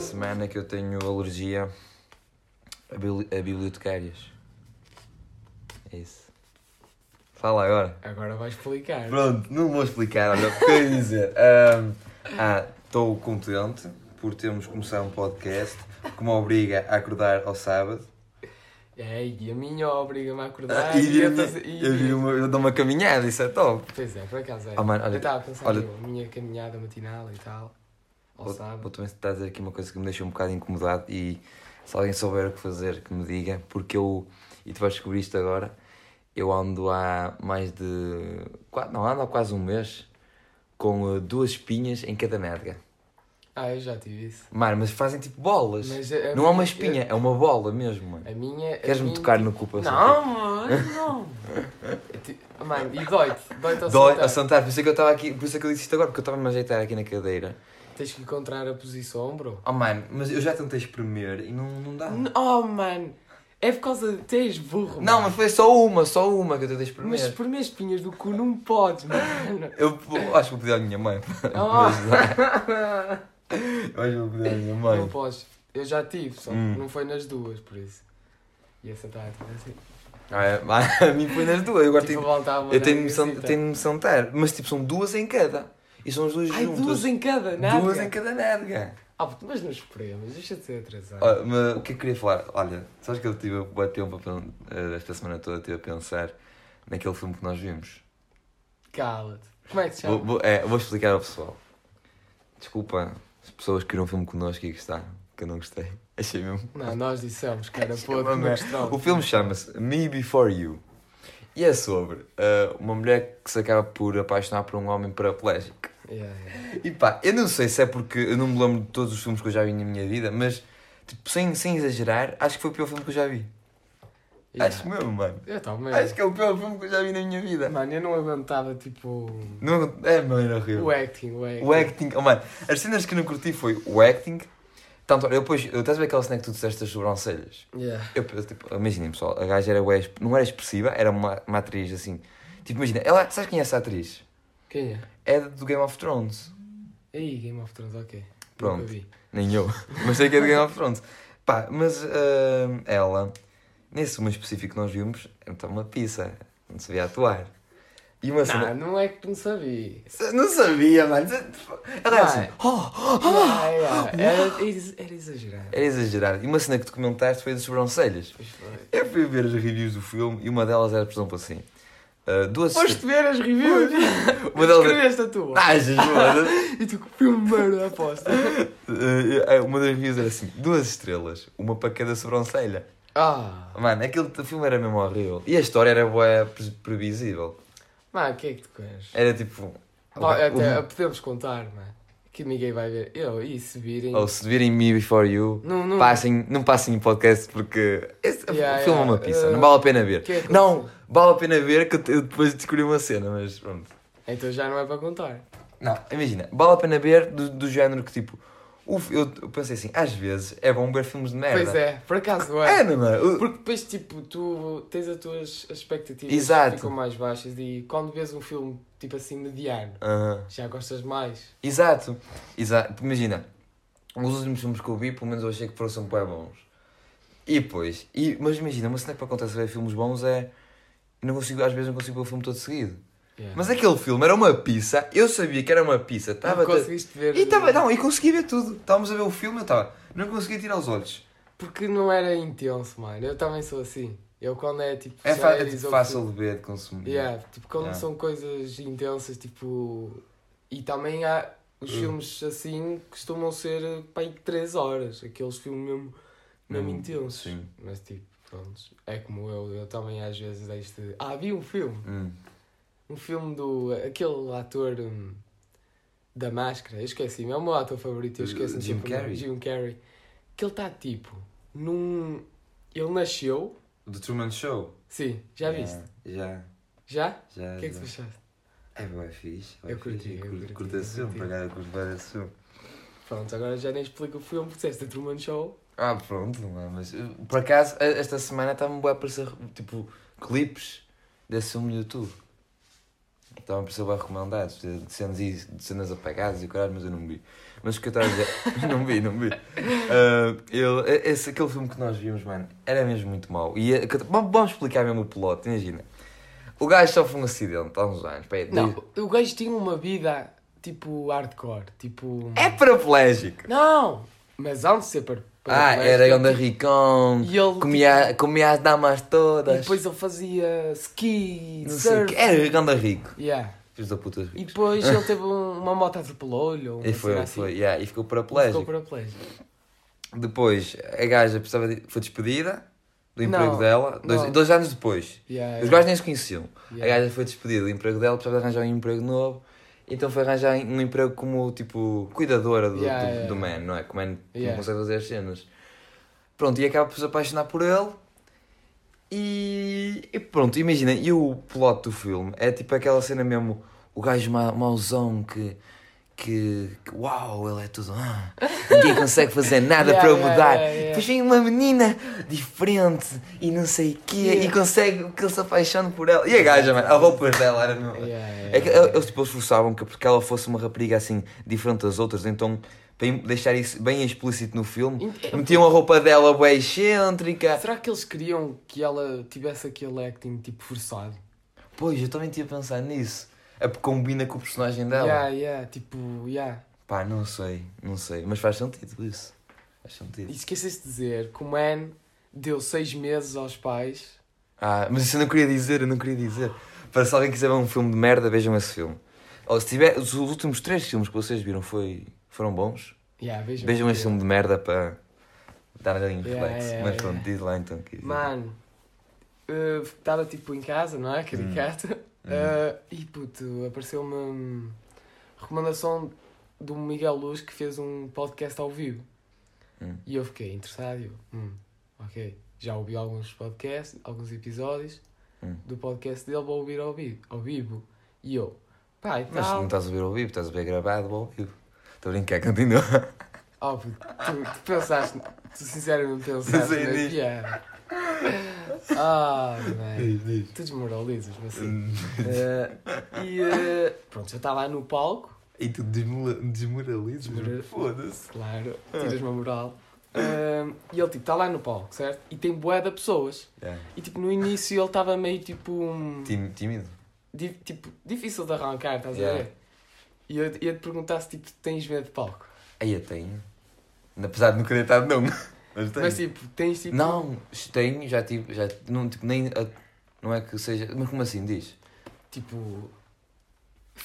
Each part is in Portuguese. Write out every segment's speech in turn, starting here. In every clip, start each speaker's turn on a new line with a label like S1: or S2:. S1: cena que eu tenho alergia a, bili- a bibliotecárias. É isso. Fala agora.
S2: Agora vais explicar.
S1: Pronto, não vou explicar, olha, o que eu ia dizer. Ahm, ah, estou contente por termos começado um podcast que me obriga a acordar ao sábado.
S2: Ei, e a minha obriga-me a acordar.
S1: Ah, e
S2: e
S1: vir
S2: eu
S1: uma-
S2: tô- e-
S1: eu vir uma- eu dou uma caminhada, isso é top.
S2: Pois é, por acaso é.
S1: Oh, mano, olha-
S2: eu estava a pensar
S1: olha-
S2: tipo, a minha caminhada matinal e tal. Ao
S1: Vou,
S2: sábado.
S1: vou também tentar dizer aqui uma coisa que me deixa um bocado incomodado e se alguém souber o que fazer, que me diga, porque eu, e tu vais descobrir isto agora, eu ando há mais de. qua- Não, ando há quase um mês com eh, duas espinhas em cada nádega.
S2: Ah, eu já tive isso.
S1: Mano, mas fazem tipo bolas.
S2: Mas a- a
S1: não é uma
S2: minha-
S1: espinha, é uma bola mesmo, mano.
S2: A minha. a
S1: Queres-me
S2: minha-
S1: tocar no cu para
S2: É Não, mano, não. Eu ti- Mano, e dói-te. Dói-te ao
S1: Dói
S2: sentar.
S1: a sentar, por isso é que eu estava aqui, por isso é que eu disse isto agora, porque eu estava-me a ajeitar aqui na cadeira.
S2: Tens que encontrar a posição, bro.
S1: Oh mano, mas eu já tentei espremer e não, não dá.
S2: N- Oh, mano. É por causa de. Tens burro.
S1: Não,
S2: mano.
S1: mas foi só uma, só uma que eu tentei espremer.
S2: Mas por minhas espinhas do cu não podes, mano.
S1: Eu eu acho que vou pedir à minha mãe.
S2: Oh.
S1: Eu acho que vou pedir à minha
S2: Não
S1: mãe.
S2: podes. Eu já tive, só que
S1: Hum.
S2: não foi nas duas, por isso. E essa tá tipo assim.
S1: Ah, é, mas a mim foi nas duas. Eu, agora
S2: tipo,
S1: tenho,
S2: voltava a
S1: eu tenho,
S2: olhar e
S1: noção,
S2: assim, tá.
S1: tenho noção de estar. Mas tipo, são duas em cada. E são as duas
S2: Ai,
S1: juntas.
S2: duas em cada, nada.
S1: Duas em cada nádega.
S2: Ah, puto, mas não esperemos, deixa de ser atrasado.
S1: Olha, mas o que eu queria falar? Olha, sabes que eu tive bué tempo, a pen- eh, esta semana toda, tive a pensar naquele filme que nós vimos.
S2: Cala-te. Como é que se chama?
S1: Vou, vou- é, vou explicar ao pessoal. Desculpa as pessoas que viram um filme connosco e gostaram, que eu não gostei. Achei mesmo
S2: Não, nós dissemos que era
S1: Chama-me.
S2: podre, não gostava.
S1: é O filme chama-se Me Before You e é sobre ah, uma mulher que se acaba por apaixonar por um homem paraplégico.
S2: Yeah, yeah.
S1: E pá, eu não sei se é porque eu não me lembro de todos os filmes que eu já vi na minha vida, mas tipo, sem, sem exagerar, acho que foi o pior filme que eu já vi.
S2: Yeah.
S1: Acho mesmo, mano.
S2: Eu também.
S1: Acho que é o pior filme que eu já vi na minha vida.
S2: Mano, eu não aguentava tipo.
S1: Não, é, mano, era horrível.
S2: O acting, o acting.
S1: O acting, oh, mano, as cenas que eu não curti foi o acting. Tanto, eu depois, eu, estás a ver aquela cena que tu disseste das sobrancelhas?
S2: Yeah.
S1: Eu, eu, tipo, imaginem pessoal, a gaja era, bué exp- não era expressiva, era uma, uma atriz assim. Tipo, imagina, ela, sabes quem é essa atriz?
S2: Quem é?
S1: É do Game of Thrones.
S2: Aí, Game of Thrones, ok. Nunca
S1: Pronto.
S2: vi.
S1: Nem eu, mas sei que é do Game of Thrones. Pá, mas ah, ela, nesse uma específico que nós vimos, é então uma pizza, não sabia atuar. E uma cena.
S2: Não, não é que não sabia.
S1: Não sabia, mano. Ela era assim.
S2: Vai.
S1: "Oh,
S2: Ah, yeah. era, era exagerado.
S1: Era exagerado. E uma cena que tu comentaste foi das sobrancelhas.
S2: Pois foi.
S1: Eu fui ver as reviews do filme e uma delas era, por exemplo, assim. ah, duas
S2: Foste ver as reviews?
S1: uma delas é- Ah. era-
S2: Escreveste a tua.
S1: Achas, mano?
S2: E tu que filme merda aposta.
S1: Eh, eh, Uma das reviews era assim: duas estrelas, uma para cada sobrancelha.
S2: Ah.
S1: Mano, aquele t- filme era mesmo horrível. E a história era boa, previsível.
S2: Mano, o que é que tu queres?
S1: Era tipo. um,
S2: Oh, até, podemos contar, mano. Que ninguém vai ver. Eu, e se virem.
S1: Ou oh, se virem Me Before You,
S2: Não, não.
S1: Passem, não passem o podcast porque. Esse
S2: Yeah,
S1: filme é
S2: yeah.
S1: uma pizza,
S2: Eh,
S1: não vale a pena ver.
S2: que é que
S1: não, vale a pena ver que eu te- eu depois descobri uma cena, mas pronto.
S2: Então já não é para contar.
S1: Não, imagina, vale a pena ver do, do género que tipo. o f- eu pensei assim, às vezes é bom ver filmes de merda.
S2: Pois é, por acaso
S1: É,
S2: é.
S1: não é? O-
S2: Porque depois, tipo, tu tens as tuas expectativas
S1: Exato.
S2: que ficam mais baixas e quando vês um filme, tipo assim, mediano,
S1: Aham.
S2: já gostas mais.
S1: Exato. Exato. Imagina, os últimos filmes que eu vi, pelo menos eu achei que foram sempre bem bons. E depois, e, mas imagina, uma cena que acontece ver filmes bons é. eu Não consigo, às vezes não consigo ver o filme todo seguido.
S2: Yeah.
S1: Mas aquele filme era uma pizza, eu sabia que era uma pizza, estava.
S2: não conseguiste ver.
S1: E estava, não, e consegui ver tudo. Estávamos a ver o filme, eu estava. Não conseguia tirar os olhos.
S2: Porque não era intenso, mano. Eu também sou assim. Eu quando é tipo.
S1: É,
S2: já
S1: fa- é,
S2: realizou o
S1: fácil de ver, de consumir.
S2: Yeah, tipo, quando
S1: Yeah.
S2: são coisas intensas, tipo. E também há. Os
S1: Hum.
S2: filmes assim costumam ser pai 3 horas. Aqueles filmes mesmo, mesmo
S1: Mesmo,
S2: intensos.
S1: Hum, sim.
S2: Mas tipo, pronto. É como eu, eu também às vezes deixo de. Ah, vi um filme.
S1: Hum.
S2: Um filme do. aquele ator. hum, da máscara, eu esqueci-me, é o meu ator favorito, eu
S1: Uh,
S2: esqueço
S1: Jim Carrey?
S2: Jim Carrey. Que ele está tipo. num. Ele nasceu.
S1: Do Truman Show.
S2: Sim, já
S1: Yeah,
S2: viste?
S1: Já,
S2: Já?
S1: já.
S2: O que é que tu
S1: já.
S2: achaste?
S1: É bem fixe. bué
S2: Eu
S1: fixe,
S2: curti, eu
S1: curto-
S2: curti,
S1: Curto
S2: eu
S1: esse filme,
S2: curti.
S1: para cá eu curto bem esse filme.
S2: Pronto, agora já nem explico o filme, porque disseste The Truman Show.
S1: Ah, pronto, não é? Mas eh, por acaso, eh, esta semana estava-me bué a aparecer, tipo, clipes desse filme no YouTube. Estavam a aparecer bem recomendados, de de cenas, e- de cenas apagadas e o caralho, mas eu não vi. Mas o que eu estava a dizer. não vi, não vi. Ah, ele, esse, aquele filme que nós vimos, mano, era mesmo muito mau. E, a- que- vamos vamos explicar mesmo o plot, imagina. O gajo sofre um acidente há uns anos. pá,
S2: Não,
S1: diz-
S2: o gajo tinha uma vida tipo hardcore, tipo.
S1: É paraplégico.
S2: Não! Mas antes de ser para.
S1: Ah, era onda ricão,
S2: E ele, tipo,
S1: comia, comia as damas
S2: E
S1: todas.
S2: depois ele fazia ski,
S1: não sei o
S2: surf.
S1: que. Era onda rico.
S2: Yeah.
S1: Filhos da puta.
S2: E depois ele teve um- uma moto atropelou-lhe ou uma
S1: E foi,
S2: cena assim.
S1: foi, yeah, e ficou
S2: Ficou
S1: paraplégico.
S2: paraplégico.
S1: Depois a gaja precisava de- foi despedida do emprego
S2: Não,
S1: dela, dois,
S2: não.
S1: dois anos depois.
S2: Yeah,
S1: Os
S2: yeah.
S1: gajos nem se conheciam.
S2: Yeah.
S1: A gaja foi despedida do emprego dela, precisava de arranjar um emprego novo. Então foi arranjar um emprego como, tipo, cuidadora do,
S2: Yeah,
S1: do,
S2: yeah.
S1: do man, não é? Que o man
S2: Yeah.
S1: não consegue fazer as cenas. Pronto, e acaba por se apaixonar por ele. E, e pronto, imagina, e o plot do filme é tipo aquela cena mesmo, o gajo ma, mauzão que, que, que, uau, ele é tudo, ah, ninguém consegue fazer nada
S2: Yeah,
S1: para
S2: yeah,
S1: mudar.
S2: yeah, yeah.
S1: Depois vem uma menina diferente e não sei o quê, e
S2: Yeah.
S1: consegue que ele se apaixone por ela. E a gaja, mano, a roupa dela era mesmo...
S2: Yeah, yeah,
S1: É que el- eles tipo, eles forçavam que porque ela fosse uma rapariga assim, diferente das outras, então para im- deixar isso bem explícito no filme,
S2: Ent- é
S1: metiam a roupa dela bem excêntrica.
S2: Será que eles queriam que ela tivesse aquele acting tipo forçado?
S1: Pois, eu também tinha pensado nisso. É porque combina com o personagem dela.
S2: Yeah, yeah, tipo, yeah.
S1: Pá, não sei, não sei. Mas faz sentido isso. Faz
S2: E
S1: sentido.
S2: esqueceste de dizer que o Man deu seis meses aos pais.
S1: Ah, mas isso eu não queria dizer, eu não queria dizer. Para se alguém quiser ver um filme de merda, vejam esse filme. Ou se tiver, os últimos três filmes que vocês viram foi, foram bons,
S2: Yeah, vejam
S1: vejam esse
S2: aquilo.
S1: filme um de merda para dar ali um
S2: Yeah,
S1: reflexo.
S2: yeah,
S1: Mas pronto,
S2: yeah.
S1: diz lá então. Que...
S2: Mano, eh, estava tipo em casa, não é? Caricata.
S1: Hum.
S2: Eh, e puto, apareceu-me hum, recomendação do Miguel Luz que fez um podcast ao vivo.
S1: Hum.
S2: E eu fiquei interessado. e Eu, hum, ok, já ouvi alguns podcasts, alguns episódios
S1: Hum.
S2: do podcast dele, vou ouvir ao vivo. Ao vivo. E eu, pá, e
S1: Mas não
S2: tal.
S1: tá- estás a ouvir ao vivo, estás a ver gravado ao vivo. Estou a brincar, continua.
S2: Oh, puto, tu, tu pensaste, tu sinceramente pensaste.
S1: Sei
S2: né?
S1: disto.
S2: Yeah. Ah, man. Tu desmoralizas, mas assim.
S1: Hum.
S2: Eh, e eh, pronto, eu estava lá no palco,
S1: E tu desmoralizas?
S2: Desmora-
S1: Foda-se.
S2: claro, tiras-me a moral. Eh, e ele tipo, está lá no palco, certo? E tem bué de pessoas. E tipo, no início ele estava meio tipo. um,
S1: Tim- Tímido.
S2: di- tipo, difícil de arrancar, estás a
S1: Yeah.
S2: ver? E eu ia te perguntar se tipo, tens medo de palco.
S1: Aí eu tenho. Apesar de não querer estar não. Mas tenho.
S2: Mas tipo, tens tipo.
S1: Não, tenho, já tive. Já, não, tipo, nem, a- não é que seja. Mas como assim diz?
S2: Tipo.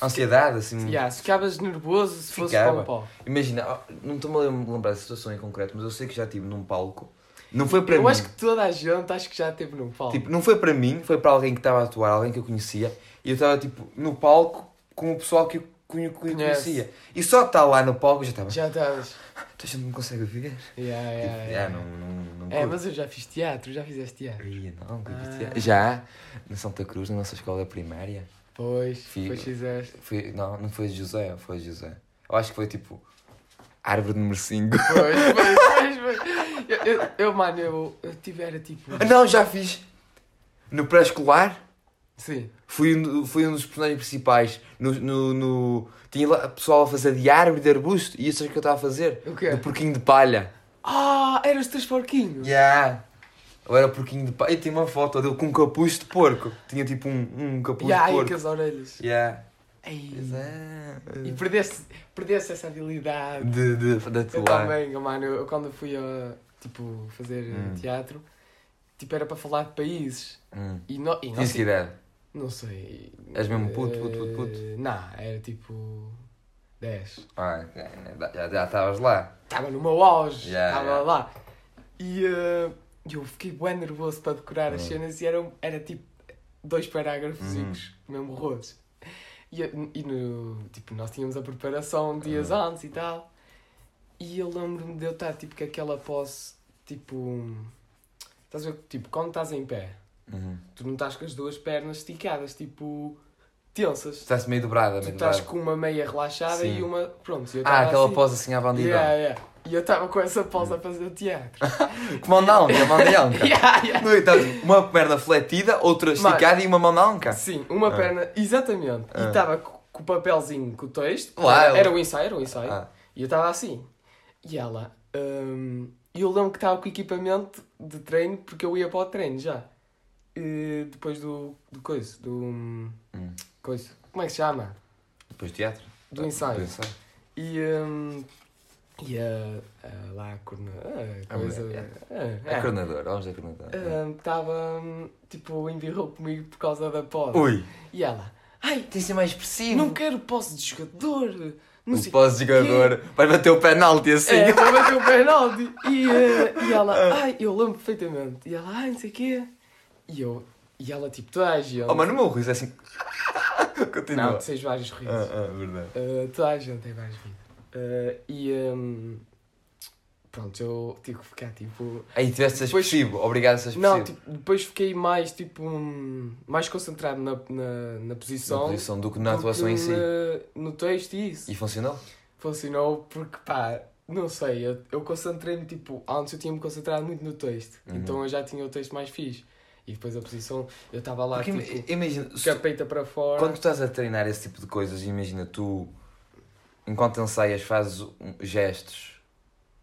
S1: Ansiedade, assim.
S2: Yeah, se ficavas nervoso se fosse para
S1: Ficava.
S2: um palco.
S1: Imagina, ah, não estou-me a lembrar da situação em concreto, mas eu sei que já tive num palco. Não foi para
S2: Eu
S1: mim.
S2: acho que toda a gente acho que já teve num palco.
S1: Tipo, não foi para mim, foi para alguém que estava a atuar, alguém que eu conhecia, e eu estava tipo no palco com o pessoal que eu conhe- que eu
S2: Conhece.
S1: conhecia. E só de estar lá no palco eu já estava.
S2: Já estavas.
S1: A gente não consegue ver.
S2: Yeah,
S1: Tipo,
S2: yeah,
S1: "Ah,
S2: yeah.
S1: não, não, não
S2: É,
S1: curto."
S2: mas eu já fiz teatro, já fizeste teatro.
S1: Ai, não, que
S2: Ah.
S1: bestial. Já, na Santa Cruz, na nossa escola primária,
S2: Pois,
S1: Fio.
S2: depois fizeste.
S1: foi, não, não foi José, foi José. Eu acho que foi tipo, árvore número 5.
S2: Pois, pois, pois, pois. Eu, eu, eu, mano, eu, eu tivera tipo.
S1: não, já fiz. No pré-escolar,
S2: Sim.
S1: Fui um, do- fui um dos personagens principais. No, no, no- Tinha lá pessoal a fazer de árvore, de arbusto, e isso é o que eu estava a fazer.
S2: O quê?
S1: Do porquinho de palha.
S2: Ah, eram os teus porquinhos.
S1: Yeah. Eu era porquinho de palha. E tinha uma foto dele com um capuz de porco. Tinha tipo um, um capuz
S2: Yeah,
S1: de
S2: e
S1: porco.
S2: com as orelhas.
S1: Yeah.
S2: Ei,
S1: Pois é.
S2: E perdeste, perdeste essa habilidade.
S1: De, de, de
S2: Eu
S1: atuar.
S2: também, oh, mano, eu quando fui a tipo, fazer eh,
S1: Hum.
S2: teatro, tipo, era para falar de países.
S1: Hum.
S2: E, no, e nós,
S1: Tinhas que idade?
S2: Não sei.
S1: És mesmo puto, puto, puto, puto?
S2: Eh, Não, era tipo 10.
S1: Ah, já- já já estavas lá.
S2: Estava no meu auge,
S1: Yeah,
S2: estava
S1: yeah.
S2: lá. E eh, eu fiquei bem nervoso para decorar as
S1: Hum.
S2: cenas e era, era tipo dois parágrafos,
S1: Uhum.
S2: mesmo rotos. E, eu- e no, tipo, nós tínhamos a preparação dias
S1: Uhum.
S2: antes e tal. E eu lembro-me de eu estar tipo com aquela pose, tipo. Estás a ver? Tipo, quando estás em pé,
S1: Uhum.
S2: tu não estás com as duas pernas esticadas, tipo, tensas.
S1: Estás meio dobrada,
S2: Tu
S1: meio
S2: estás
S1: dobrada.
S2: com uma meia relaxada
S1: Sim.
S2: e uma. Pronto, e eu
S1: Ah,
S2: tava
S1: aquela
S2: assim.
S1: pose assim à bandida.
S2: Yeah, yeah. E eu estava com essa pose a fazer teatro.
S1: Que mão na anca, mão na anca.
S2: Yeah, yeah.
S1: Não, então, uma perna fletida, outra esticada e uma mão na anca.
S2: Sim, uma
S1: Ah.
S2: perna, exatamente. E
S1: Ah.
S2: estava co- com o papelzinho com o texto.
S1: Uau.
S2: Era o ensaio, era o ensaio.
S1: Ah.
S2: E eu estava assim. E ela. hum, E eu lembro que estava com equipamento de treino, porque eu ia para o treino já. E depois do. do coisa. Do.
S1: Hum.
S2: coisa. Como é que se chama?
S1: Depois do teatro?
S2: Do ensaio.
S1: Do ensaio.
S2: E. hum, e a. a lá a corna. A
S1: A mulher,
S2: coisa.
S1: É,
S2: a- a-
S1: coordenador, vamos dizer coordenador.
S2: Ahm, Estava, hum, tipo, embirrou comigo por causa da poda.
S1: Ui,
S2: E ela, ai,
S1: É. tem de ser mais expressivo.
S2: não quero posse de jogador, não
S1: O
S2: sei...
S1: pós-jogador vai bater o penalti assim.
S2: É, para bater o penalti. E, eh, e
S1: Ah.
S2: ela, ai, eu lembro perfeitamente. E ela, ai, não sei o quê. E eu, e ela, tipo, toda a gente...
S1: Oh, mas no meu riso é assim. Continua.
S2: não, tens vários risos.
S1: ah, ah, verdade.
S2: Uh, toda a gente tem vários risos. Uh, e, hum, pronto, eu tive que ficar, tipo...
S1: Aí tiveste de ser
S2: Depois-
S1: expressivo, obrigado a ser expressivo.
S2: Não, tipo, depois fiquei mais, tipo, hum, mais concentrado na, na, na
S1: na
S2: posição.
S1: posição do um que na
S2: do
S1: atuação
S2: que
S1: em si.
S2: na- No texto e isso.
S1: E funcionou?
S2: Funcionou porque, pá, não sei, eu, eu concentrei-me, tipo, antes eu tinha-me concentrado muito no texto.
S1: Uhum.
S2: Então eu já tinha o texto mais fixe. E depois a posição, eu estava lá,
S1: Porque im-
S2: tipo,
S1: imagina, se-
S2: capeta para fora.
S1: quando tu estás a treinar esse tipo de coisas, imagina tu, enquanto ensaias, fazes um- gestos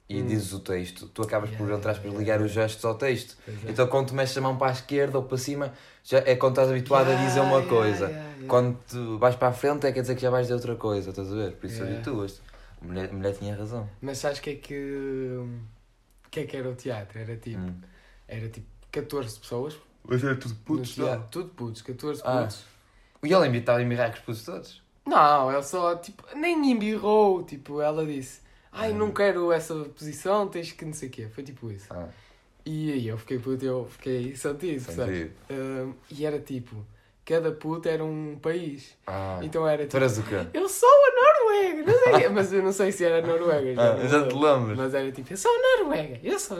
S1: e
S2: Hum.
S1: dizes o texto, tu acabas por
S2: Yeah,
S1: atrás por
S2: yeah,
S1: ligar
S2: yeah.
S1: os gestos ao texto.
S2: Pois é.
S1: Então quando tu mexes a mão para a esquerda ou para cima, já é quando estás habituado a dizer uma
S2: Yeah,
S1: coisa.
S2: yeah, yeah, yeah.
S1: Quando tu vais para a frente é quer dizer que já vais dizer outra coisa, estás a ver? Por isso
S2: Yeah.
S1: habituas. A mulher, a mulher tinha razão.
S2: Mas sabes o que é que. O que é que era o teatro? Era tipo,
S1: Hum.
S2: era tipo 14 pessoas.
S1: Mas era tudo tá?
S2: no teatro, tudo putos, 14
S1: Ah.
S2: putos.
S1: E ela estava a mirar com os putos todos.
S2: Não, ela só, tipo, nem me embirrou. Tipo, ela disse: Ai, não quero essa posição, tens que não sei o quê. Foi tipo isso.
S1: Ah,
S2: E aí eu fiquei puto, eu fiquei sentido, sabe?
S1: sentido.
S2: Ahm, e era tipo: cada puto era um país.
S1: Ah,
S2: Então era
S1: tu
S2: tipo:
S1: eras o quê?
S2: Eu sou a Noruega, não sei o quê. Mas eu não sei se era a Noruega. já
S1: Ah,
S2: não
S1: já
S2: lembro.
S1: te lembras.
S2: Mas era tipo: Eu sou a Noruega, eu sou.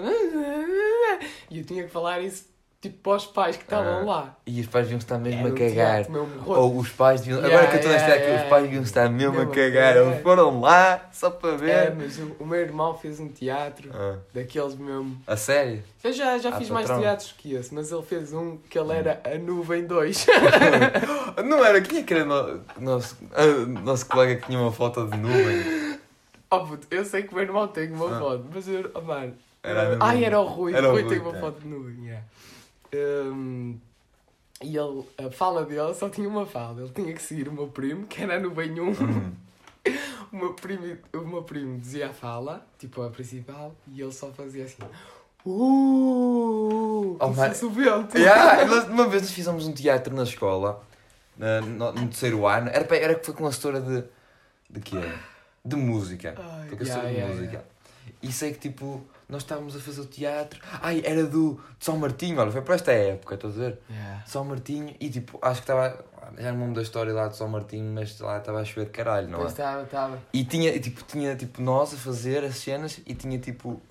S2: E eu tinha que falar isso, tipo, para os pais que estavam
S1: Ah.
S2: lá.
S1: E os pais deviam estar mesmo
S2: Era
S1: a
S2: um
S1: cagar.
S2: teatro, meu morro.
S1: Ou os pais deviam.
S2: Yeah,
S1: Agora que eu estou a
S2: yeah,
S1: estar aqui,
S2: yeah.
S1: os pais deviam estar mesmo
S2: Mesmo
S1: a
S2: a
S1: cagar.
S2: cagar.
S1: Eles foram lá só para
S2: É,
S1: ver.
S2: mas o, o meu irmão fez um teatro
S1: Ah,
S2: daqueles mesmo.
S1: a sério?
S2: Eu já, já
S1: Ah, Hum.
S2: fiz mais
S1: patrão.
S2: teatros que esse, mas ele fez um que ele era a nuvem 2.
S1: Não era? Quem é que era no- nosso, ah, nosso colega que tinha uma foto de nuvem?
S2: oh puto, eu sei que o meu irmão tem uma
S1: Ah.
S2: foto, mas eu. Oh, mano.
S1: Era a nuvem.
S2: Ai, era o Rui.
S1: Era
S2: o
S1: o
S2: Rui
S1: Rui,
S2: tem uma
S1: tá.
S2: foto de nuvem, yeah. Hum, E ele, a fala dele só tinha uma fala. Ele tinha que seguir o meu primo, que era a nuvem 1.
S1: Hum.
S2: O meu primo, o meu primo dizia a fala, tipo a principal, e ele só fazia assim. Uh, como se
S1: mano.
S2: fosse o vento.
S1: Oh, Yeah, nós- uma vez nós fizemos um teatro na escola, na- no, no terceiro ano. Era, pa- era que foi com a setora de. de quê? De música.
S2: Ai,
S1: Foi com a
S2: yeah,
S1: setora de
S2: yeah,
S1: música. E sei que tipo, nós estávamos a fazer o teatro. Ai, era do de São Martinho, olha, foi para esta época, estás a ver?
S2: Yeah.
S1: São Martinho, e tipo, acho que estava. Já não me lembro da história lá de São Martinho, mas lá estava a chover de caralho, não
S2: Pois
S1: é?
S2: estava, estava.
S1: E tinha, e, tipo, tinha tipo nós a fazer as cenas e tinha tipo.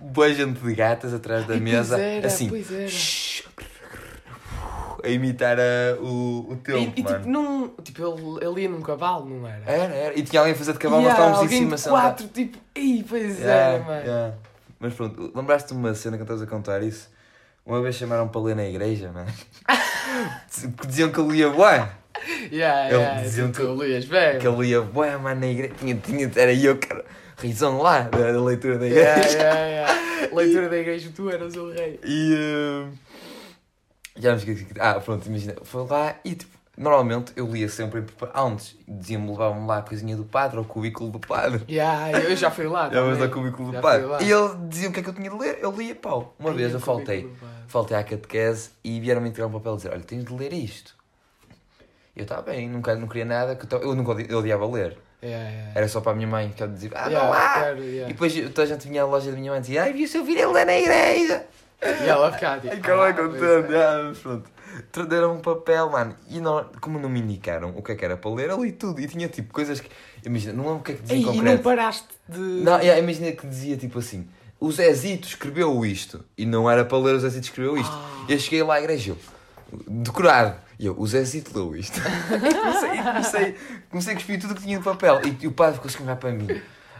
S1: boa gente de gatas atrás da
S2: E
S1: mesa,
S2: Pois era,
S1: assim,
S2: Pois era.
S1: a imitar a- o, o
S2: E,
S1: tempo,
S2: e,
S1: mano.
S2: tipo, num, tipo ele, ele ia num cavalo, não era?
S1: Era, era. E tinha alguém a fazer de cavalo,
S2: E
S1: nós
S2: há
S1: estávamos em
S2: alguém de
S1: cima sentados.
S2: quatro, tipo, ei, pois
S1: Yeah,
S2: era, mano.
S1: yeah. Mas pronto, lembraste de uma cena que estavas a contar isso? Uma vez chamaram para ler na igreja, mano. Diziam que eu lia bué.
S2: Yeah,
S1: Ele
S2: yeah,
S1: dizia um que-
S2: tipo, tu lias bem.
S1: Que eu lia bué, mano, na igreja. Tinha, tinha, era eu, cara. Rizão lá, da, da leitura da igreja.
S2: Yeah, yeah, yeah. Leitura da igreja, tu eras o rei.
S1: E. hum, já me esqueci. que- Ah, pronto, imagina. Foi lá e tipo. Normalmente eu lia sempre em prepar- antes. Diziam-me, levavam-me lá a coisinha do padre ou o cubículo do padre.
S2: Yeah, eu já fui lá.
S1: Já
S2: Ah, também.
S1: vamos ao cubículo
S2: Já
S1: do
S2: fui lá.
S1: padre. E eles diziam o que é que eu tinha de ler. Eu lia, pau. Uma
S2: Ai,
S1: vez
S2: o
S1: eu faltei.
S2: cubículo, pá.
S1: Faltei à catequese e vieram-me entregar um papel e dizer: Olha, tens de ler isto. Eu estava bem, nunca, não queria nada. Que eu, tava- eu nunca odi- eu odiava ler.
S2: Yeah, yeah.
S1: Era só para a minha mãe que eu dizia: Ah,
S2: Yeah,
S1: não há!
S2: quero, yeah.
S1: E depois toda a gente vinha à loja da minha mãe e dizia: Ai, vi o seu filho a ler na igreja.
S2: E ela ficava tipo.
S1: Ai, calma,
S2: ah, pois
S1: contando.
S2: é.
S1: Ah, mas pronto. Traderam um papel, mano. E não- como não me indicaram o que é que era para ler, eu li tudo. E tinha tipo coisas que. Imagina, não lembro o que é que dizia
S2: Ei,
S1: em
S2: e
S1: concreto.
S2: não paraste de.
S1: Não, yeah, imagina que dizia tipo assim: o Zezito escreveu isto. E não era para ler o Zezito escreveu isto.
S2: Ah.
S1: Eu cheguei lá à igreja, eu, decorado. E eu, o Zezito leu isto. E comecei, e comecei, comecei a cuspir tudo o que tinha no papel. E, o padre ficou assim a olhar para mim.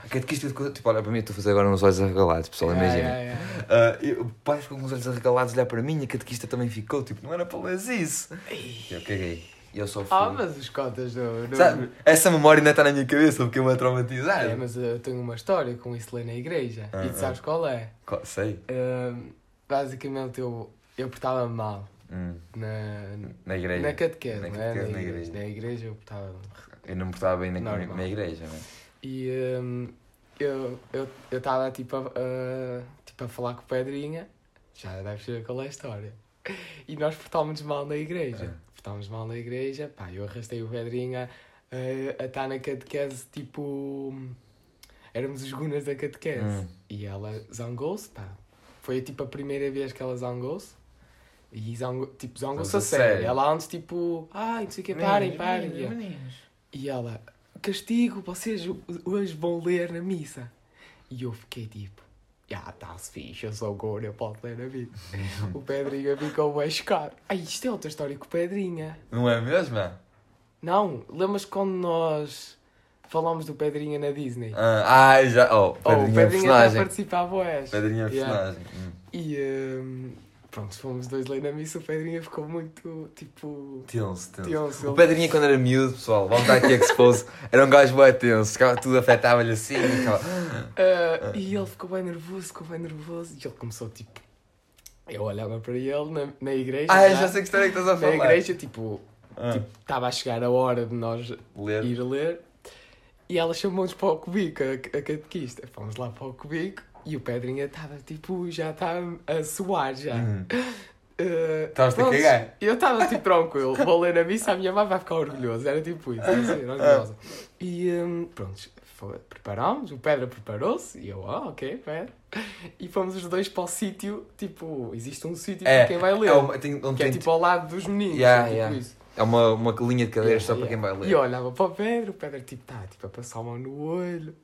S1: A catequista ficou, tipo, olha para mim, eu estou a fazer agora uns olhos arregalados, pessoal,
S2: Yeah,
S1: imagina.
S2: yeah, yeah.
S1: Ah, e o pai ficou com os olhos arregalados a olhar para mim e a catequista também ficou, tipo, não era para ler isso. Eu caguei. E eu só fui.
S2: Ah, mas os cotas do. do-
S1: Sabe, essa memória ainda está na minha cabeça porque eu me traumatizar.
S2: É, mas eu tenho uma história com isso lá na igreja.
S1: Ah,
S2: e tu sabes qual é?
S1: Co- Sei.
S2: Ahm, basicamente eu, eu portava mal
S1: Hum,
S2: na,
S1: Na igreja.
S2: na catequese,
S1: Na
S2: não é?
S1: catequese,
S2: na,
S1: na
S2: igreja.
S1: igreja.
S2: Na igreja eu portava.
S1: Eu não me portava bem na,
S2: Normal.
S1: na igreja, né?
S2: E ahm, eu estava eu, tava tipo, a, a- tipo a falar com o Pedrinha, já deves saber qual é a história. E nós portámos mal na igreja. Portámos mal na igreja, pá, eu arrastei o Pedrinha eh, a estar na catequese, tipo. Éramos os gunas da catequese.
S1: Hum.
S2: E ela zangou-se, pá. Foi tipo a primeira vez que ela zangou-se. E zangou, tipo, zangou-se a
S1: Zangou-se a
S2: sério.
S1: sério.
S2: Ela antes, tipo, ai, não sei o que, parem, parem. E eu, e ela, castigo, vocês hoje vão ler na missa. E eu fiquei tipo, ah, tá-se fixe, eu sou gordo, eu posso ler na missa. o Pedrinha ficou bem chocado. Ah, isto é outra história com o Pedrinha.
S1: Não é mesmo?
S2: Não, lembras quando nós falámos do Pedrinha na Disney?
S1: Ah, ai, já. Oh,
S2: Oh,
S1: pedrinha de
S2: o Pedrinha até
S1: personagem.
S2: participava hoje.
S1: Pedrinha de
S2: Yeah.
S1: personagem. Hum.
S2: E hum, pronto, fomos dois ler na missa, o Pedrinha ficou muito, tipo,
S1: Tenso, tenso.
S2: tenso.
S1: O
S2: Ele-
S1: Pedrinha, quando era miúdo, pessoal, vamos dar aqui a expose, era um gajo bué tenso, ficava, tudo afetava-lhe assim. Ficava...
S2: Ah, e ele ficou bem nervoso, ficou bem nervoso. E ele começou tipo. Eu olhava para ele na, na igreja.
S1: Ah, eu já sei que história é que estás a
S2: Na
S1: falar.
S2: igreja, tipo,
S1: Ah,
S2: estava a chegar a hora de nós
S1: ler.
S2: ir ler. E ela chamou-nos para o cubico, a, a catequista. Fomos lá para o cubico e o Pedrinha estava tipo, já estava a suar já.
S1: Uhum.
S2: Ah,
S1: Estavas-te a
S2: pronto,
S1: cagar?
S2: Eu estava tipo tranquilo, vou ler na missa, a minha mãe vai ficar orgulhosa, era tipo isso, eu sei, orgulhosa. E hum, pronto, foi- preparámos, o Pedro preparou-se e eu, ah, ok, Pedro. E fomos os dois para o sítio, tipo, existe um sítio para quem vai ler,
S1: É, uma, tem, onde
S2: que é
S1: tem-
S2: tipo ao lado dos meninos,
S1: Yeah,
S2: é tipo
S1: yeah.
S2: isso.
S1: é uma, uma linha de cadeiras só para
S2: Yeah,
S1: quem vai ler.
S2: yeah. é. E eu olhava para o Pedro, o Pedro tipo, tá, tipo, a passar a mão no olho,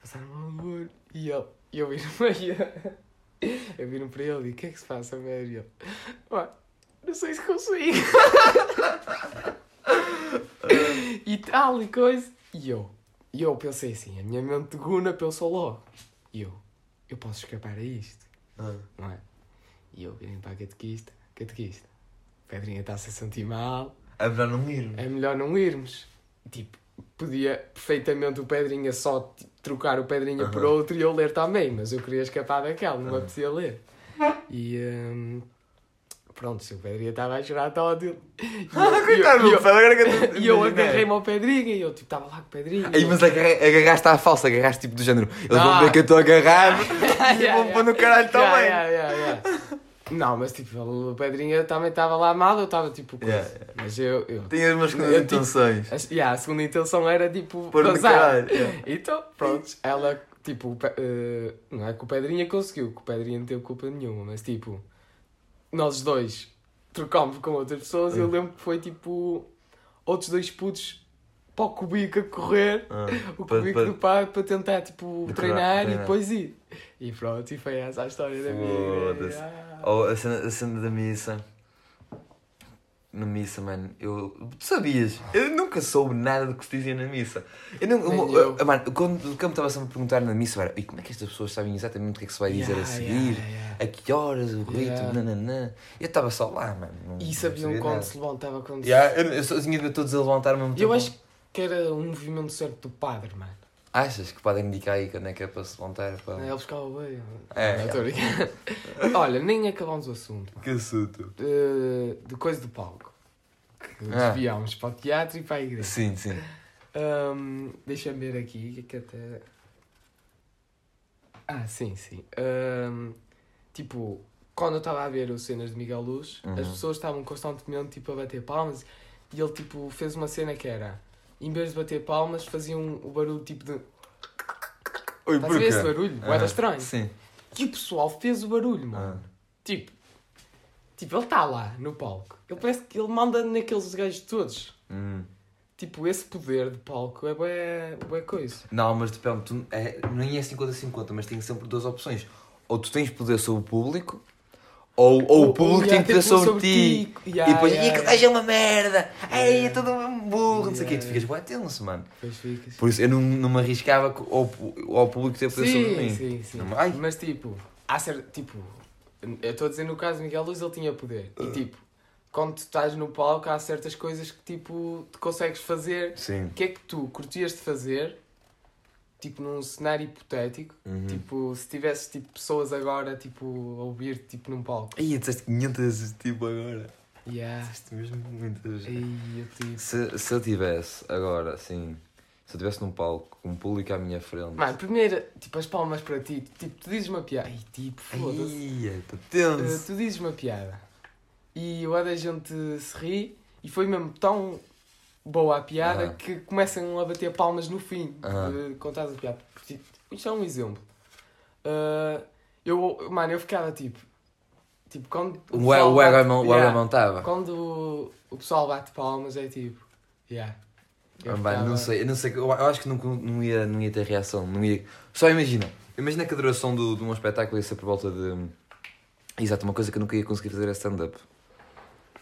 S2: passar a mão no olho, e ele, e eu viro para ele, eu viro para ele e o que é que se passa, Pedro? E ele, "Ué, não sei se consigo. e tal e coisa. E eu, e eu pensei assim, a minha mente de guna pensou logo, e eu, eu posso escapar a isto,
S1: Ah.
S2: não é? E eu virei para a catequista, catequista, Pedrinha está-se a sentir mal,
S1: É melhor não ir.
S2: é melhor não irmos. Tipo, podia perfeitamente o Pedrinha só t- trocar o Pedrinha por
S1: Aham.
S2: outro e eu ler também, mas eu queria escapar daquela, não me apetecia ler. E hum, pronto, se o Pedrinha estava a chorar, estava dele. E eu- e eu-
S1: Ah, Coitado
S2: e
S1: do
S2: eu-
S1: Pedro, agora que eu estou a
S2: E eu
S1: imaginar.
S2: agarrei-me ao Pedrinha e eu tipo, estava lá com o Pedrinha.
S1: Aí, mas agarra- agarraste à falsa, agarraste tipo do género. Eles
S2: Ah.
S1: vão ver que eu estou agarrado e eu
S2: Yeah,
S1: vou
S2: yeah.
S1: pôr no caralho
S2: Yeah,
S1: também.
S2: yeah, yeah, yeah. Não, mas tipo, o Pedrinha também estava lá mal, eu estava tipo. coisa.
S1: Yeah, yeah.
S2: Mas eu. eu...
S1: Tinha umas
S2: Eu
S1: coisas
S2: tipo-
S1: intenções.
S2: As- yeah, a segunda intenção era tipo.
S1: Pôr no
S2: dançar.
S1: caralho. é. yeah.
S2: Então, pronto, ela, tipo, o Pe- eh, não é que o Pedrinha conseguiu, que o Pedrinha não teve culpa nenhuma, mas tipo, nós dois trocámos com outras pessoas e eu lembro que foi tipo, outros dois putos para o cubico a correr,
S1: Ah,
S2: o
S1: pa-
S2: cubico
S1: pa-
S2: do pai para tentar, tipo,
S1: De
S2: treinar,
S1: treinar,
S2: e
S1: treinar.
S2: depois ir. E pronto, e foi essa a história da minha.
S1: Foda-se.
S2: Ah.
S1: Oh, a cena, a cena da missa. Na missa, mano, eu. Tu sabias? Eu nunca soube nada do que se dizia na missa. Eu não.
S2: Nem
S1: eu-
S2: eu.
S1: eu- mano, quando o campo estava sempre a perguntar na missa, era, e como é que estas pessoas sabem exatamente o que é que se vai dizer a
S2: Yeah,
S1: seguir?
S2: yeah, yeah.
S1: A que horas, o ritmo,
S2: Yeah.
S1: nananã. Eu estava só lá, mano. não-
S2: E
S1: não
S2: sabiam
S1: sabia
S2: quando
S1: nada.
S2: se levantava quando se-
S1: Yeah, tá eu, eu só tinha de ver todos a levantar-me ao mesmo
S2: Eu
S1: tempo.
S2: acho que era um movimento certo do padre, mano.
S1: Achas que podem indicar aí quando é que é para se levantar? Para...
S2: Ele buscava bem.
S1: É,
S2: Não, tô brincando. Olha, nem acabámos o assunto.
S1: Que assunto.
S2: De, de coisa do palco. Que
S1: Ah.
S2: Desviámos para o teatro e para a igreja.
S1: Sim, sim.
S2: Ahm, Deixa-me ver aqui que até. Ah, sim, sim. Ahm, tipo, quando eu estava a ver os cenas de Miguel Luz,
S1: Uhum.
S2: as pessoas estavam constantemente tipo, a bater palmas e ele tipo, fez uma cena que era. Em vez de bater palmas, faziam o barulho tipo de.
S1: Oi,
S2: Estás a ver esse barulho?
S1: Ah,
S2: Ué, era estranho.
S1: Sim.
S2: E o pessoal fez o barulho, mano.
S1: Ah.
S2: Tipo, tipo, ele está lá no palco. Ele parece que ele manda naqueles gajos todos.
S1: Ah, hum.
S2: Tipo, esse poder de palco é bué, bué coisa.
S1: Não, mas depende, tu, é, nem é 50-50, mas tem sempre duas opções. Ou tu tens poder sobre o público, ou, ou o público tem poder sobre, ti.
S2: Yeah,
S1: e depois,
S2: yeah,
S1: e que
S2: yeah.
S1: seja uma merda, ei, é todo um burro, não sei o quê, tu
S2: Yeah.
S1: ficas bué tenso, mano.
S2: Depois ficas.
S1: Por isso eu não, não me arriscava co- ao, pu- ao público ter poder sobre
S2: Sim,
S1: mim.
S2: sim, sim.
S1: Não, ai.
S2: Mas
S1: Ah.
S2: tipo, há certo. Tipo, eu estou a dizer no caso de Miguel Luz, ele tinha poder. E tipo, quando tu estás no palco, há certas coisas que tipo, tu consegues fazer.
S1: Sim.
S2: O que é que tu curtias de fazer, tipo, num cenário hipotético?
S1: Uhum.
S2: Tipo, se tivesses tipo, pessoas agora, tipo, a ouvir-te tipo, num palco.
S1: Ih, disseste 500 vezes tipo agora.
S2: Yeah.
S1: Disseste mesmo muitas vezes.
S2: Aí, eu tipo...
S1: Se, se eu tivesse agora, assim, se eu tivesse num palco com um público à minha frente.
S2: Mano, primeiro, tipo, as palmas para ti, tipo, tu dizes uma piada. Ai, tipo, foda-se.
S1: Ai, é estou
S2: Uh,
S1: tenso.
S2: tu dizes uma piada. E o da gente se ri e foi mesmo tão boa a piada
S1: Aham.
S2: que começam a bater palmas no fim
S1: Aham.
S2: de contar a piada. Tipo, Isto é um exemplo. Uh, eu, mano, eu ficava tipo. Tipo, quando.
S1: O
S2: pessoal
S1: ego- o
S2: bate-
S1: ego à mão- o ego à
S2: Yeah.
S1: mão estava.
S2: Quando o pessoal bate palmas é tipo. Yeah. Eu
S1: Ah, mano,
S2: ficava-
S1: não sei, eu não sei, eu eu acho que não, não, ia, não ia ter reação, não ia... Só imagina, imagina que a duração do, de um espetáculo ia ser por volta de... Exato, uma coisa que eu nunca ia conseguir fazer é stand-up,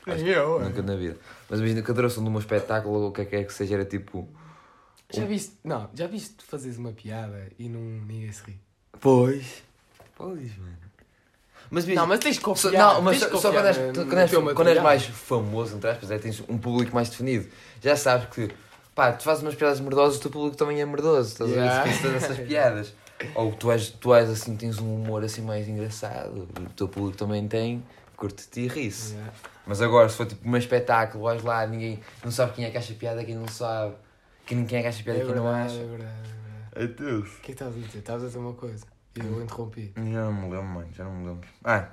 S2: Nem eu. é.
S1: nunca na vida. Mas imagina que a duração de um espetáculo, ou o que é que é que seja, era tipo...
S2: Já viste, não, já viste tu fazeres uma piada e não ninguém se ri?
S1: Pois. Pois, mano. Mas imagina...
S2: Não, mas tens que
S1: Só,
S2: confiar.
S1: não, mas
S2: tens
S1: só,
S2: que
S1: só
S2: confiar
S1: quando, és,
S2: no- tá no
S1: quando, és,
S2: teu
S1: quando és
S2: material.
S1: mais famoso, entre aspas, é, tens um público mais definido. Já sabes que, pá, tu fazes umas piadas merdosas, o teu público também é merdoso. Estás a
S2: Yeah.
S1: ver? Esquece dessas piadas. Ou tu és, tu és assim, tens um humor assim mais engraçado, o teu público também tem, curte-te e ri-se.
S2: Yeah.
S1: Mas agora, se for tipo um espetáculo, vais lá, ninguém não sabe quem é que acha piada, quem não sabe, quem, quem é que acha
S2: É
S1: piada, quem não
S2: verdade, é
S1: acha.
S2: verdade, é verdade.
S1: É teus.
S2: O que é que estás a dizer? Estavas a dizer uma coisa e
S1: Hum.
S2: eu interrompi.
S1: Já não me lembro, mano, já não me lembro. Ah,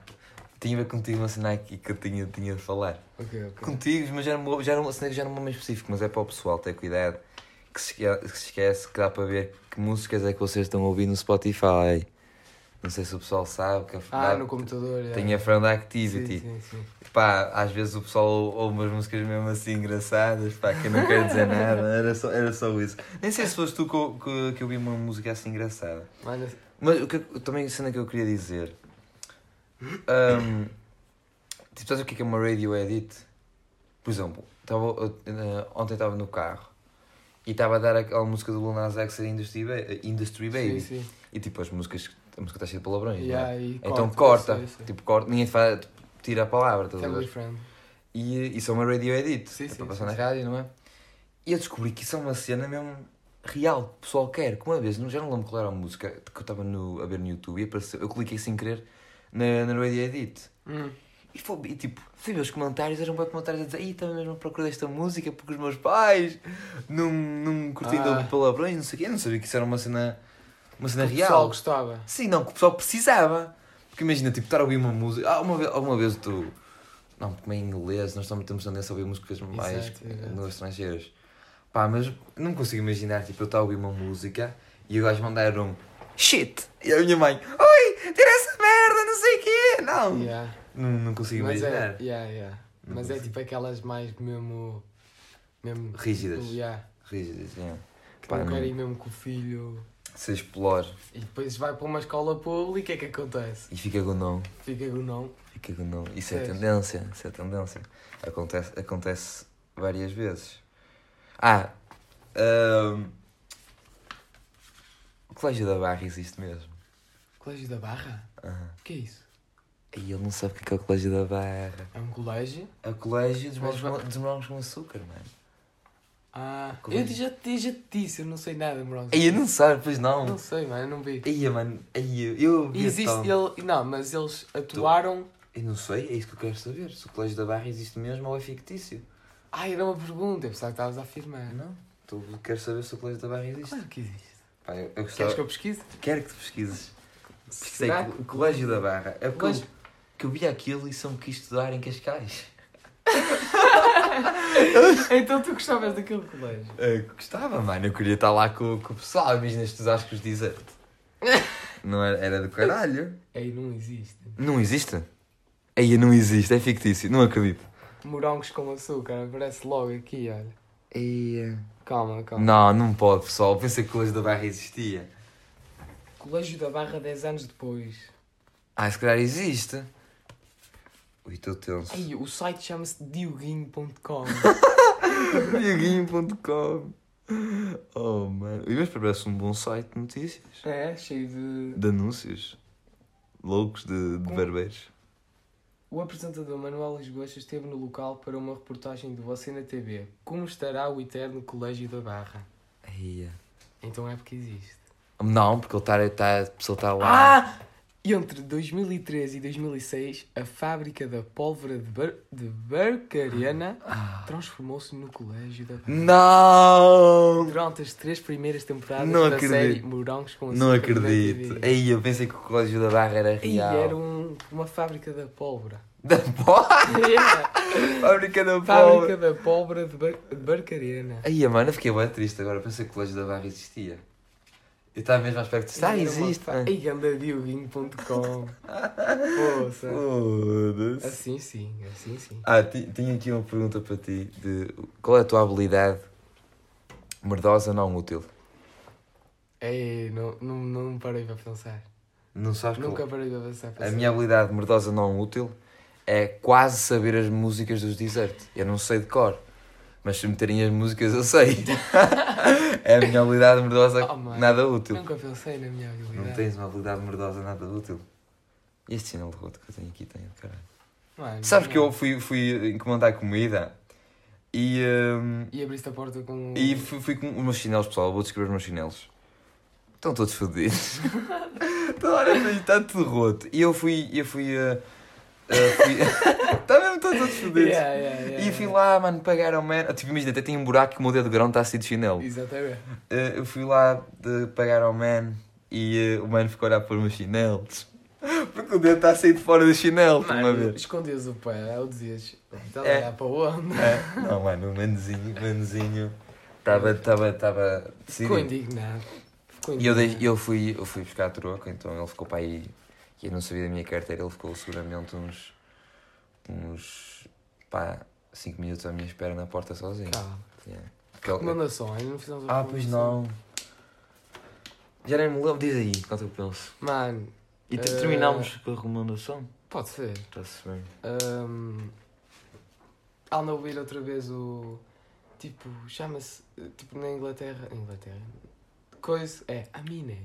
S1: tinha a ver contigo uma cena aqui que eu tinha, tinha de falar.
S2: Ok, ok.
S1: Contigo, mas já era, uma- já era, uma cena que já era uma mais específico, mas é para o pessoal ter cuidado que se, esque- que se esquece que dá para ver que músicas é que vocês estão a ouvir no Spotify. Não sei se o pessoal sabe que a
S2: Ah,
S1: Fernanda
S2: no computador. é.
S1: tem a Fernanda
S2: sim,
S1: Activity.
S2: sim, sim.
S1: Pá, às vezes o pessoal ou- ouve umas músicas mesmo assim engraçadas, pá, que eu não quero dizer nada, era só, era só isso. Nem sei se foste tu que, eu- que, que eu vi uma música assim engraçada.
S2: Mano,
S1: Mas o que, eu- também a cena que eu queria dizer. Ahm, tipo, sabes o que é que é uma radio edit? Por exemplo, tava, eu- eh, ontem estava no carro e estava a dar aquela música do Lil Nas X a Industry, Ba- eh, Industry Baby.
S2: sim, sim.
S1: E tipo, as músicas, a música está cheia de palavrões,
S2: Yeah,
S1: não é?
S2: e
S1: Então corta,
S2: sim, sim.
S1: tipo, corta, ninguém faz, tipo, tira a palavra, estás a ver?
S2: Family friend.
S1: E isso é uma radio edit,
S2: Sim,
S1: é
S2: sim,
S1: para
S2: sim,
S1: passar na
S2: sim.
S1: rádio, não é? E eu descobri que isso é uma cena mesmo real, que o pessoal quer. Que uma vez, não- já não lembro qual era a música que eu estava no- a ver no YouTube e apareceu, eu cliquei sem querer na, na radio edit.
S2: Hum.
S1: E, foi, e tipo, fui ver os comentários, eram bem comentários a dizer Ih, estava mesmo à procura desta música porque os meus pais não, não curtiam
S2: Ah.
S1: ah. palavrões, não sei o quê. Eu não sabia que isso era uma cena, uma cena
S2: O
S1: real.
S2: pessoal gostava.
S1: Sim, não, que o pessoal precisava. Porque imagina, tipo, estar a ouvir uma música. Ah, uma vez, alguma vez tu. Não, porque em inglês nós também temos tendência a ouvir músicas mais
S2: Exato, exato.
S1: línguas estrangeiras. Pá, mas não consigo imaginar, tipo, eu estar a ouvir uma música e o gajo mandar um shit. E a minha mãe, oi, tira essa merda, não sei o quê. Não,
S2: Yeah.
S1: não, não consigo
S2: Mas é,
S1: imaginar.
S2: yeah, yeah.
S1: Não
S2: Mas é
S1: consigo.
S2: tipo aquelas mais mesmo. mesmo
S1: Rígidas.
S2: tipo, yeah,
S1: Rígidas, é.
S2: Que
S1: Pá,
S2: não
S1: não-
S2: querem mesmo com o filho.
S1: Se explora
S2: E depois vai para uma escola pública, o que é que acontece?
S1: e fica com não.
S2: Fica com o não.
S1: Fica com não. Isso é
S2: Sério?
S1: tendência, isso é tendência. Acontece, acontece várias vezes. Ah, ahm, o Colégio da Barra existe mesmo.
S2: Colégio da Barra?
S1: Aham.
S2: O que é isso?
S1: E ele não sabe o que é, que é o Colégio da Barra.
S2: É um colégio?
S1: É o Colégio dos
S2: Mas
S1: Morangos com- dos Morangos com Açúcar, é? mano.
S2: Ah,
S1: Colégio.
S2: eu já, te- já te disse, eu não sei nada, Morangos.
S1: Aí não sabe, pois
S2: Não
S1: não.
S2: sei, mano, eu não vi.
S1: Aí, mano, aí eu. Eu,
S2: E
S1: via
S2: existe,
S1: tão-
S2: ele, não, mas eles atuaram.
S1: eu não sei, é isso que eu quero saber. Se o Colégio da Barra existe mesmo ou é fictício.
S2: Ai, era uma pergunta, eu pensava que estavas a afirmar.
S1: Não. Tu Então, quero saber se o Colégio da Barra existe.
S2: Claro que existe.
S1: Pá, eu, eu gostava-
S2: Queres que eu pesquise?
S1: Quero que tu pesquises. Sei
S2: Será
S1: que
S2: que-
S1: o Colégio da Barra. É porque
S2: Colégio-
S1: eu, que eu vi aquilo e só me quis estudar em Cascais. Eu
S2: Então tu gostavas daquele colégio?
S1: Eh, gostava, mano. Eu queria estar lá com, com o pessoal. Imagina estudar com os dizer Não era, era do caralho.
S2: Aí não existe.
S1: Não existe? Aí não existe, é fictício. Não acredito.
S2: Morangos com açúcar, aparece logo aqui, olha.
S1: eh,
S2: Calma, calma.
S1: Não, não pode, pessoal. Eu Pensei que o Colégio da Barra existia.
S2: Colégio da Barra 10 anos depois.
S1: Ah, se calhar existe. Ui, estou tenso.
S2: Ai, o site chama-se dioguinho.com.
S1: Dioguinho.com Oh, mano. E mas parece um bom site de notícias.
S2: é, cheio de.
S1: De anúncios. Loucos de, de
S2: Com-
S1: barbeiros.
S2: O apresentador Manuel Lisboas esteve no local para uma reportagem do Você na TV. Como estará o eterno Colégio da Barra?
S1: Aí,
S2: Então é porque existe.
S1: Não, porque ele tá, ele tá, a pessoa está lá.
S2: Ah! Entre 2003 e 2006, a fábrica da pólvora de, Bar de Barcarena
S1: Ah.
S2: transformou-se no Colégio da Barra.
S1: Não!
S2: Durante as três primeiras temporadas
S1: Não
S2: da
S1: acredito.
S2: série Morangos com
S1: Não
S2: Açúcar na
S1: acredito.
S2: TV.
S1: Aí, eu pensei que o colégio da Barra era
S2: E
S1: real.
S2: era um- uma fábrica da pólvora.
S1: Da porra!
S2: Yeah.
S1: Fábrica da porra!
S2: Fábrica da pólvora de, Bar de Barcarena.
S1: Aí, mano, eu fiquei bem triste agora. Pensei que o colégio da Barra existia. Eu estava mesmo à expectativa. Ah, existe, mano.
S2: E andadioguinho.com. Poça.
S1: Foda-se.
S2: Assim sim, assim sim.
S1: Ah, ti- tinha aqui uma pergunta para ti. De qual é a tua habilidade merdosa não útil?
S2: É, não, não, não parei para pensar.
S1: Não sabes qual-
S2: Nunca parei para pensar.
S1: A
S2: pensar.
S1: minha habilidade merdosa não útil é quase saber as músicas dos desertos. Eu não sei de cor, mas se meterem as músicas eu sei. é a minha habilidade merdosa
S2: Oh, mano.
S1: nada útil.
S2: Nunca pensei na minha habilidade.
S1: Não tens uma habilidade merdosa nada útil. E este sinal de roto que eu tenho aqui tem de caralho.
S2: Mano,
S1: Sabes que eu
S2: não.
S1: fui, fui encomendar comida e, hum,
S2: E abriste a porta com. um-
S1: e fui, fui com os meus chinelos, pessoal. Vou descrever os meus chinelos. Estão todos fodidos. Toda hora eu tenho- está tudo roto. E eu fui. Eu fui. Uh, Está Tá mesmo estão todos fodidos.
S2: Yeah, yeah, yeah,
S1: E eu fui lá, mano, pagar ao man. Tipo, imagina, até tinha um buraco que o meu dedo grão está a sair de chinelo.
S2: Exatamente.
S1: Eh, eu fui lá de pagar ao man e eh, o man ficou a olhar para os meus chinelos. Porque o dedo está a sair de fora do chinelo, por uma
S2: Mano,
S1: vez.
S2: escondias o pé, ou dizias. Está a
S1: É.
S2: olhar para onde?
S1: É, não, mano, o manzinho, o manzinho. Estava, estava, estava
S2: Ficou
S1: decidido.
S2: indignado. Ficou
S1: E eu, dei-
S2: indignado.
S1: eu, fui, eu fui buscar a troca, então ele ficou para aí. E eu não sabia da minha carteira, ele ficou seguramente uns. uns. pá, 5 minutos à minha espera na porta sozinho.
S2: Calma.
S1: Yeah. Porque ele-
S2: Recomendação, ainda não fizemos a
S1: Ah, pois
S2: recomendação.
S1: não. Já nem me lembro, diz aí quanto eu penso.
S2: Mano,
S1: E te-
S2: Eh,
S1: terminámos com a recomendação?
S2: pode ser.
S1: Está-se bem.
S2: Ahm, ando a ouvir outra vez o. Tipo, chama-se. eh, Tipo, na Inglaterra. Inglaterra. Coisa. É Aminé.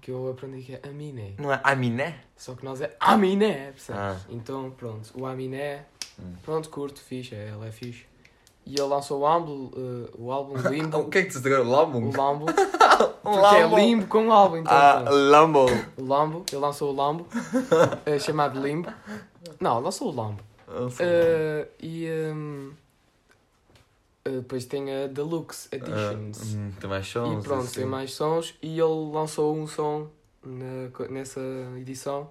S2: Que eu aprendi que é Aminé.
S1: Oh. Não é Aminé?
S2: Só que nós é Aminé, percebes?
S1: Ah.
S2: Então, pronto. O Aminé.
S1: Hum.
S2: Pronto, curto, fixe. é, Ele é fixe. E ele lançou o álbum. eh, o
S1: O
S2: álbum Limbo.
S1: que é que tu disseste agora? Lambo?
S2: o Lambo. Porque é Limbo com álbum, então.
S1: Um Ah,
S2: pronto.
S1: Lambo.
S2: O Lambo. Ele lançou o Lambo. eh, chamado Limbo. Não, lançou o Lambo.
S1: Ah,
S2: Uh, e um, uh, depois tem a Deluxe Editions.
S1: Ah, hum, Tem mais sons.
S2: e pronto,
S1: assim.
S2: tem mais sons. E ele lançou um som na co- nessa edição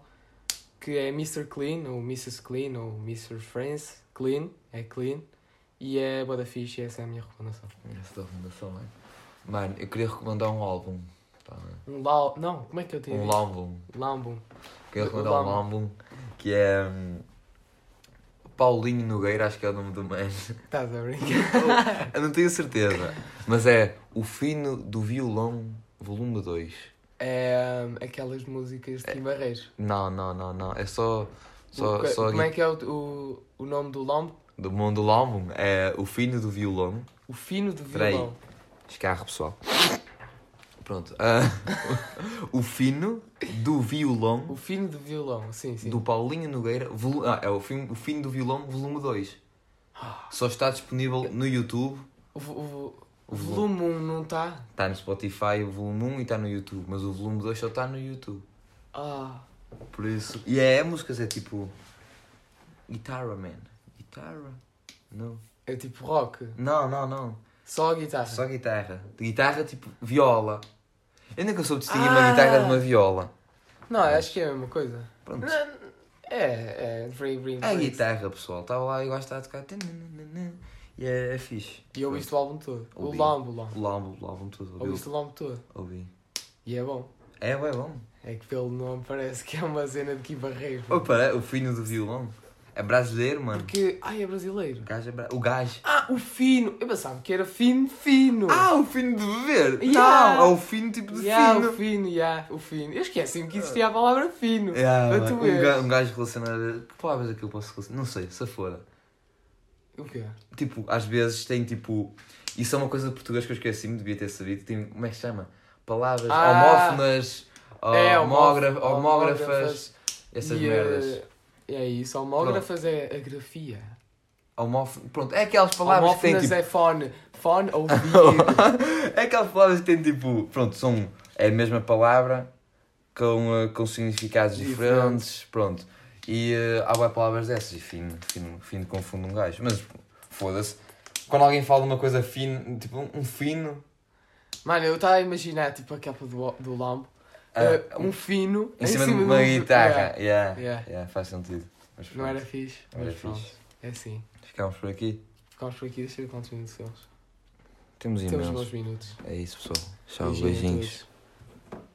S2: que é Mr. Clean, ou Mrs. Clean, ou Mr. Friends Clean, é Clean. E é Boda Fish, essa é a minha recomendação.
S1: Essa recomendação, mano. é? Mano, eu queria recomendar um álbum. Pá, mano.
S2: Um lau... Não, como é que eu tenho
S1: um
S2: dito?
S1: álbum.
S2: Lambum.
S1: Queria
S2: Um
S1: recomendar um álbum que é. hum, Paulinho Nogueira, acho que é o nome do man.
S2: Estás a brincar?
S1: Eu não tenho certeza. Mas é O Fino do Violão, volume 2.
S2: É um, aquelas músicas de Tim Barreiros.
S1: Não, não, não, não. É só. É, Só,
S2: O-
S1: só
S2: como é que é o, o, o nome do Lambo?
S1: do mundo do álbum. É O Fino do Violão.
S2: O fino do
S1: Peraí.
S2: violão.
S1: Descarro, pessoal. Pronto. Ah, o Fino do Violão.
S2: O fino do violão, sim, sim.
S1: do Paulinho Nogueira, volu- ah, é o fim, o fim do violão, volume 2. Só está disponível no YouTube,
S2: O, vo- o vo-
S1: O
S2: o volume 1 não tá, está?
S1: está no Spotify o volume 1 e está no YouTube, mas o volume 2 só está no YouTube.
S2: Ah,
S1: Por isso. E é, músicas, é tipo. Guitarra, man. Guitarra? Não.
S2: é tipo rock.
S1: Não, não, não.
S2: Só a guitarra.
S1: Só guitarra. De guitarra, tipo, viola. Eu nunca soube distinguir
S2: Ah!
S1: uma guitarra de uma viola.
S2: Não, acho que é a mesma coisa.
S1: Pronto.
S2: É, é. Bring, bring,
S1: É a
S2: bring.
S1: guitarra, pessoal. Estava lá e gosto de tocar. E é, é fixe.
S2: E eu ouvi o álbum todo. O
S1: Ouvi.
S2: lambo, o lambo.
S1: O álbum, o álbum todo. ouvi-o.
S2: Ouviste o lambo todo.
S1: Ouvi.
S2: E é bom.
S1: É, ué, bom.
S2: É que pelo nome parece que é uma cena de Kibarreiro.
S1: Opa, o fino do violão. É brasileiro, mano.
S2: Porque. Ai, é brasileiro.
S1: O gajo é bra... O gajo.
S2: Ah, o fino! Eu pensava que era fino, fino!
S1: Ah, o fino de beber!
S2: Yeah.
S1: Não, é o fino tipo de
S2: Yeah, o
S1: fino. Ah.
S2: fino, yeah, o fino. Eu esqueci-me que existia a palavra fino.
S1: Yeah,
S2: Para
S1: mano,
S2: tu
S1: um,
S2: veres.
S1: gajo, um gajo relacionado. Que palavras é que eu posso relacionar? Não sei, se foda.
S2: O quê?
S1: Tipo, às vezes tem tipo. Isso é uma coisa de português que eu esqueci-me, devia ter sabido. Tem, como é que se chama? Palavras
S2: Ah.
S1: homófonas,
S2: É,
S1: homógra-
S2: homófo-
S1: homógrafas, essas
S2: E, eh,
S1: merdas.
S2: É isso, homógrafas é a grafia.
S1: Homófono. Pronto, é aquelas palavras que têm
S2: Homófonas
S1: tipo.
S2: é fone. Fone, ouvido.
S1: é aquelas palavras que têm tipo. Pronto, são. É a mesma palavra com, eh, com significados diferentes. Pronto. E eh, há boas palavras dessas e fino, fino, fino confunde um gajo. Mas foda-se. Quando alguém fala de uma coisa fino, tipo um- um fino.
S2: Mano, eu estava a imaginar tipo a capa do, do Lambo.
S1: ah,
S2: eh, um fino
S1: em cima de uma guitarra. Yeah. Yeah.
S2: Yeah.
S1: faz sentido. Mas
S2: é. Não
S1: pronto,
S2: era fixe.
S1: não era
S2: mas pronto,
S1: fixe.
S2: É assim.
S1: Ficámos por aqui.
S2: Ficamos por aqui, deixa eu ver quantos minutos temos.
S1: Temos
S2: Temos
S1: imensos.
S2: bons minutos.
S1: É isso, pessoal. Tchau,
S2: Beijinho a
S1: beijinhos.
S2: todos.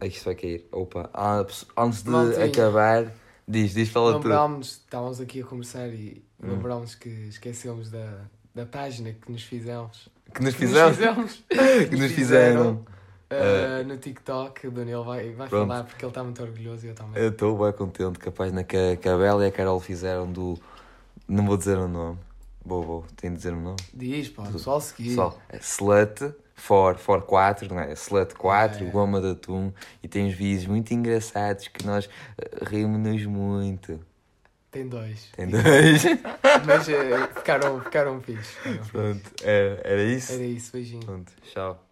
S1: É que isto vai cair. Opa, ah, pss- antes de
S2: Maltinha.
S1: acabar, diz, diz, fala tudo.
S2: Lembrámos, estávamos aqui a conversar e
S1: Hum.
S2: lembrámos que esquecemos da, da página que nos fizemos.
S1: Que nos
S2: Que nos
S1: fizeram.
S2: fizemos.
S1: Que nos fizeram.
S2: Uh, no TikTok, o Daniel vai, vai
S1: Pronto. É.
S2: falar porque ele está muito orgulhoso e eu também.
S1: Eu estou bem contente que a página que a, que a Bela e a Carol fizeram do. Não vou dizer o nome. Vou, vou, tenho de dizer o nome.
S2: Diz, pá,
S1: Tudo.
S2: pessoal seguir.
S1: Pessoal, é Slut for, for 4, não é? Slut 4,
S2: É.
S1: goma de atum. E tem uns vídeos muito engraçados que nós eh, rimos-nos muito.
S2: Tem dois.
S1: Tem dois.
S2: Mas eh, ficaram, ficaram fixe. ficaram fixe.
S1: Pronto, é, era, era isso.
S2: Era isso, beijinho.
S1: Pronto, tchau.